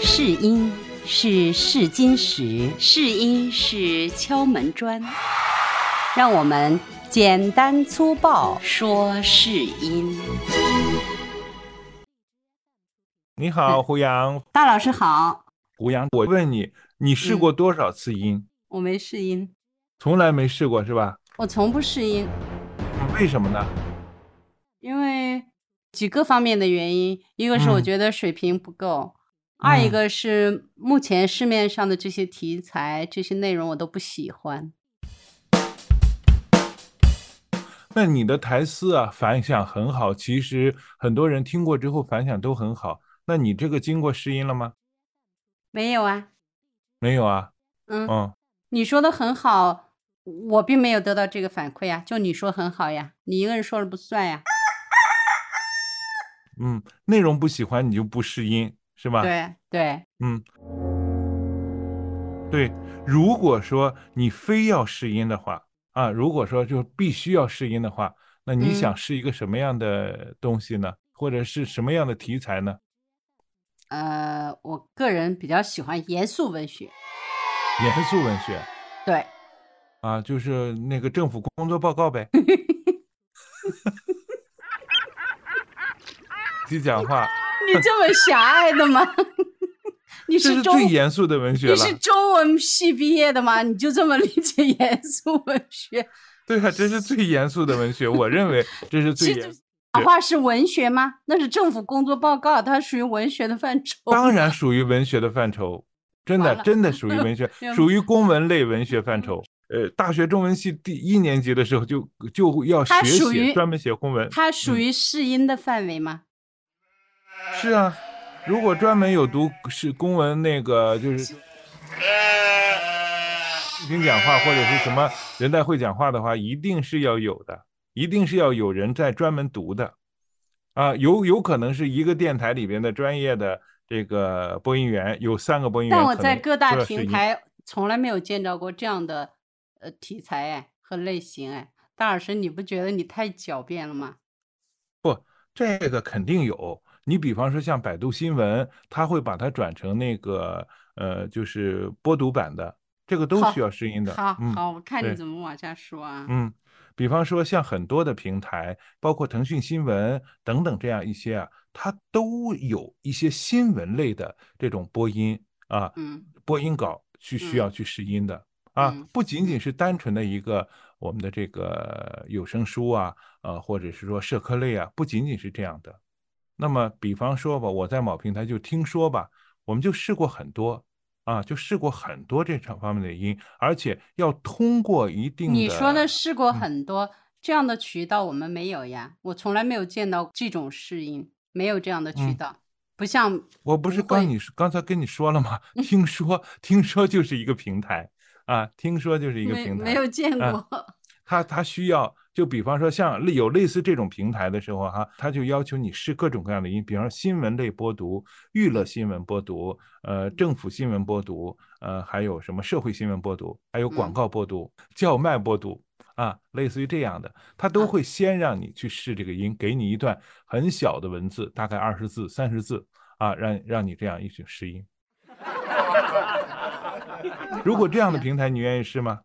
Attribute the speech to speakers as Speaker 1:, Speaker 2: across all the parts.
Speaker 1: 试音是试金石，
Speaker 2: 试音是敲门砖，
Speaker 1: 让我们简单粗暴。
Speaker 2: 说试音。
Speaker 3: 你好，胡杨。嗯
Speaker 1: 大老师好，
Speaker 3: 胡杨，我问你，你试过多少次音？
Speaker 1: 我没试音，
Speaker 3: 从来没试过是吧？
Speaker 1: 我从不试音，
Speaker 3: 为什么呢？
Speaker 1: 因为几个方面的原因，一个是我
Speaker 3: 嗯
Speaker 1: 觉得水平不够，二一
Speaker 3: 嗯
Speaker 1: 个是目前市面上的这些题材、这些内容我都不喜欢。
Speaker 3: 那你的台词啊，反响很好，其实很多人听过之后反响都很好。那你这个经过试音了吗？
Speaker 1: 没有啊，
Speaker 3: 没有啊。
Speaker 1: 嗯，
Speaker 3: 嗯，
Speaker 1: 你说的很好，我并没有得到这个反馈呀、就你说很好呀，你一个人说了不算呀。
Speaker 3: 嗯，内容不喜欢你就不试音是吧？
Speaker 1: 对对，
Speaker 3: 嗯，对。如果说你非要试音的话啊，如果说就必须要试音的话，那你
Speaker 1: 嗯
Speaker 3: 想试一个什么样的东西呢？或者是什么样的题材呢？
Speaker 1: 呃，我个人比较喜欢严肃文学。
Speaker 3: 严肃文学
Speaker 1: 对，
Speaker 3: 啊，就是那个政府工作报告呗。你讲话，
Speaker 1: 你这么狭隘的吗？ 你
Speaker 3: 这是
Speaker 1: 中
Speaker 3: 最严肃的文学
Speaker 1: 你
Speaker 3: 了。
Speaker 1: 是中文系毕业的吗？你就这么理解严肃文学？
Speaker 3: 对啊，这是最严肃的文学，我认为这是最
Speaker 1: 是
Speaker 3: 严。
Speaker 1: 讲啊话是文学吗？那是政府工作报告，它属于文学的范畴。
Speaker 3: 当然属于文学的范畴，真
Speaker 1: 完
Speaker 3: 的
Speaker 1: 了，
Speaker 3: 真的属于文学
Speaker 1: 明白嗯
Speaker 3: 属于公文类文学范畴。呃，大学中文系第一年级的时候就就要学
Speaker 1: 它属于
Speaker 3: 写，专门写公文。
Speaker 1: 它属
Speaker 3: 嗯
Speaker 1: 于试音的范围吗？
Speaker 3: 是啊，如果专门有读是公文那个就是听讲话或者是什么人代会讲话的话，一定是要有的，一定是要有人在专门读的。啊，有有可能是一个电台里边的专业的这个播音员，有三个播音员
Speaker 1: 但
Speaker 3: 可
Speaker 1: 我
Speaker 3: 能都要试音。
Speaker 1: 在各大平台从来没有见到过这样的呃题材哎和类型哎。大老师，你不觉得你太狡辩了吗？
Speaker 3: 这个肯定有。你比方说像百度新闻，它会把它转成那个呃，就是播读版的，这个都
Speaker 1: 好
Speaker 3: 需要试音的。
Speaker 1: 好
Speaker 3: 嗯
Speaker 1: 好，我看你
Speaker 3: 对
Speaker 1: 怎么往下说啊。
Speaker 3: 嗯，比方说像很多的平台，包括腾讯新闻等等这样一些啊，它都有一些新闻类的这种播音啊，
Speaker 1: 嗯
Speaker 3: 播音稿去
Speaker 1: 嗯
Speaker 3: 需要去试音的啊
Speaker 1: 嗯，
Speaker 3: 不仅仅是单纯的一个我们的这个有声书啊，呃，或者是说社科类啊，不仅仅是这样的。那么，比方说吧，我在某平台就听说吧，我们就试过很多啊，就试过很多这场方面的音，而且要通过一定
Speaker 1: 你说的
Speaker 3: 的
Speaker 1: 试过
Speaker 3: 嗯
Speaker 1: 很多、这样的渠道，我们没有呀，我从来没有见到这种试音，没有这样的渠
Speaker 3: 嗯
Speaker 1: 道，不像
Speaker 3: 我不是
Speaker 1: 不会嗯
Speaker 3: 刚你说刚才跟你说了吗？听说听说就是一个平台啊，听说就是一个
Speaker 1: 没
Speaker 3: 平台，
Speaker 1: 没有见过。
Speaker 3: 啊它它需要就比方说像类有类似这种平台的时候哈、它就要求你试各种各样的音，比方说新闻类播读、娱乐新闻播读、呃政府新闻播读、呃还有什么社会新闻播读，还有广
Speaker 1: 嗯
Speaker 3: 告播读、叫卖播读啊，类似于这样的，它都
Speaker 1: 啊
Speaker 3: 会先让你去试这个音，给你一段很小的文字，大概二十字、三十字啊，让让你这样一去 试音。如果这样的
Speaker 1: 好
Speaker 3: 平台，你愿意试吗？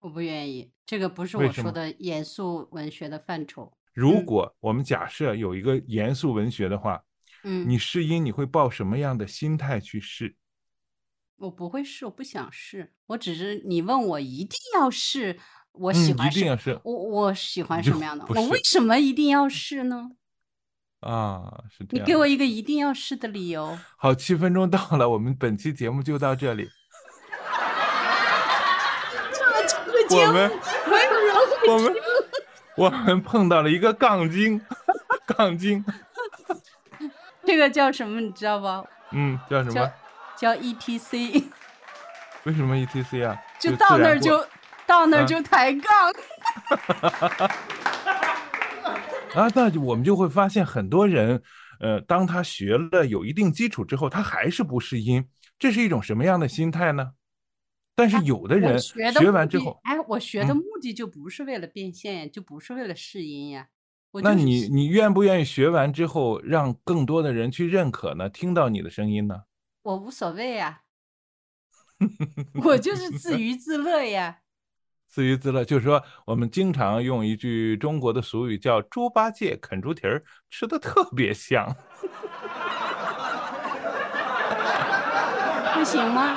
Speaker 1: 我不愿意，这个不是
Speaker 3: 为
Speaker 1: 我
Speaker 3: 什
Speaker 1: 说
Speaker 3: 么
Speaker 1: 的严肃文学的范畴。
Speaker 3: 如
Speaker 1: 嗯
Speaker 3: 果我们假设有一个严肃文学的话，
Speaker 1: 嗯，
Speaker 3: 你试音你会抱什么样的心态去试？
Speaker 1: 我不会试，我不想试，我只是你问我一定要试，我
Speaker 3: 嗯，
Speaker 1: 喜
Speaker 3: 一
Speaker 1: 欢什
Speaker 3: 定
Speaker 1: 么，
Speaker 3: 要是
Speaker 1: 我我喜欢
Speaker 3: 就
Speaker 1: 什么样的，
Speaker 3: 不
Speaker 1: 我为什么一定要试呢？
Speaker 3: 啊，是这
Speaker 1: 你
Speaker 3: 样的。
Speaker 1: 给我一个一定要试的理 由。
Speaker 3: 好，七分钟到了，我们本期节目就到 这里。
Speaker 1: 这个
Speaker 3: 我
Speaker 1: 节目
Speaker 3: 们
Speaker 1: 没有人会
Speaker 3: 我们我们碰到了一个杠精， 杠精，
Speaker 1: 这个叫什么，你知道吧？
Speaker 3: 嗯，叫什么
Speaker 1: 叫？叫 ETC，
Speaker 3: 为什么 ETC 啊？
Speaker 1: 就
Speaker 3: 自
Speaker 1: 到
Speaker 3: 然
Speaker 1: 那儿
Speaker 3: 过
Speaker 1: 就到那儿
Speaker 3: 嗯
Speaker 1: 就抬杠。
Speaker 3: 啊，那就我们就会发现很多人，呃，当他学了有一定基础之后，他还是不适应，这是一种什么样的心态呢？但是有的
Speaker 1: 啊我
Speaker 3: 人
Speaker 1: 学的
Speaker 3: 学
Speaker 1: 目
Speaker 3: 完之
Speaker 1: 的
Speaker 3: 后，
Speaker 1: 哎，我学的
Speaker 3: 嗯
Speaker 1: 目的就不是为了变现呀，就不是为了试音呀，我
Speaker 3: 那
Speaker 1: 就是
Speaker 3: 你你愿不愿意学完之后让更多的人去认可呢？听到你的声音呢？
Speaker 1: 我无所谓 呀、我就是自娱自乐呀。
Speaker 3: 自娱自乐，就是说我们经常用一句中国的俗语叫“猪八戒啃猪蹄儿”，吃的特别香。
Speaker 1: 不行吗？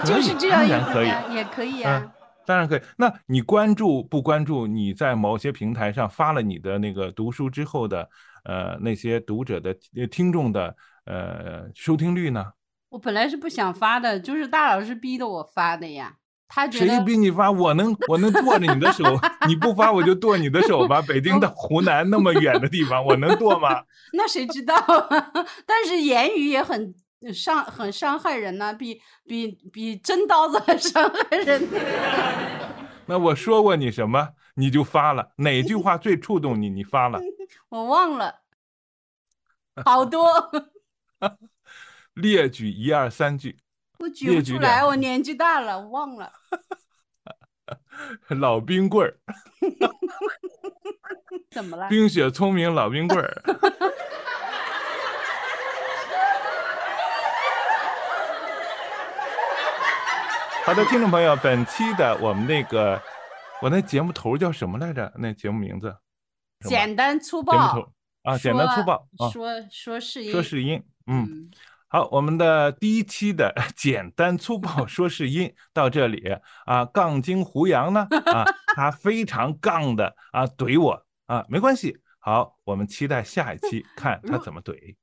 Speaker 3: 可
Speaker 1: 就
Speaker 3: 以
Speaker 1: 是这样
Speaker 3: 当
Speaker 1: 一
Speaker 3: 然
Speaker 1: 个
Speaker 3: 可以
Speaker 1: 呀也可以啊呀、
Speaker 3: 嗯当然可以。那你关注不关注你在某些平台上发了你的那个读书之后的呃那些读者的呃听众的呃收听率呢？
Speaker 1: 我本来是不想发的，就是大老师逼的我发的呀。他觉
Speaker 3: 谁
Speaker 1: 得
Speaker 3: 逼你发？我能 我能剁着你的手，你不发我就剁你的手吧。北京到湖南那么远的地 方，我能剁吗？
Speaker 1: 那谁知道啊？ 但是言语也很伤，很伤害人呐、比比比真刀子还伤害人 呢。
Speaker 3: 那我说过你什么，你就发了。哪句话最触动你，你发了。
Speaker 1: 我忘了，好多
Speaker 3: 列举一二三句，
Speaker 1: 我举
Speaker 3: 列
Speaker 1: 不
Speaker 3: 举
Speaker 1: 出
Speaker 3: 两
Speaker 1: 来，
Speaker 3: 个
Speaker 1: 我年纪大了，我忘了。
Speaker 3: 老冰棍儿，
Speaker 1: 怎么了？
Speaker 3: 冰雪聪明老冰棍儿。 好的，听众朋友，本期的我们那个，我那节目头儿叫什么来着？那节目名字？什么
Speaker 1: 简单粗
Speaker 3: 节目头
Speaker 1: 暴
Speaker 3: 儿啊，简单粗
Speaker 1: 说
Speaker 3: 暴啊，
Speaker 1: 说说是
Speaker 3: 说
Speaker 1: 因，
Speaker 3: 试音，嗯。，好，我们的第一期的 简单粗暴说是音到这里啊，杠精胡杨呢啊，他非常杠的啊怼我啊，没关系。好，我们期待下一期看他怎么怼。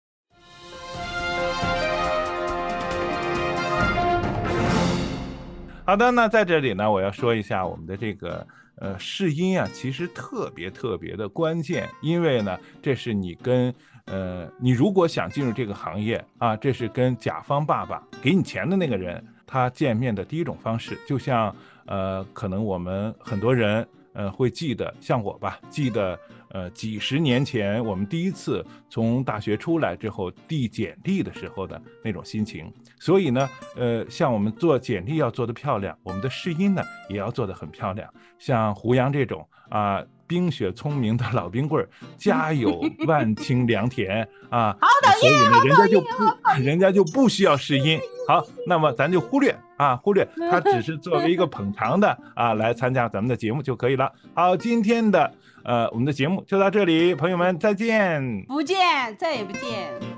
Speaker 3: 好的，那在这里呢，我要说一下我们的这个呃试音啊，其实特别特别的关键，因为呢，这是你跟呃你如果想进入这个行业啊，这是跟甲方爸爸给你钱的那个人他见面的第一种方式，就像呃可能我们很多人呃会记得，像我吧，记得呃几十年前我们第一次从大学出来之后递简历的时候的那种心情。所以呢，呃，像我们做简历要做得漂亮，我们的试音呢也要做得很漂亮。像胡杨这种啊、冰雪聪明的老冰棍儿，家有万顷良田啊，好所以呢，人家就不，人家就不需要试音。好，那么咱就忽略啊，忽略他只是作为一个捧场的啊来参加咱们的节目就可以了。好，今天的呃我们的节目就到这里，朋友们再见。
Speaker 1: 不见，再也不见。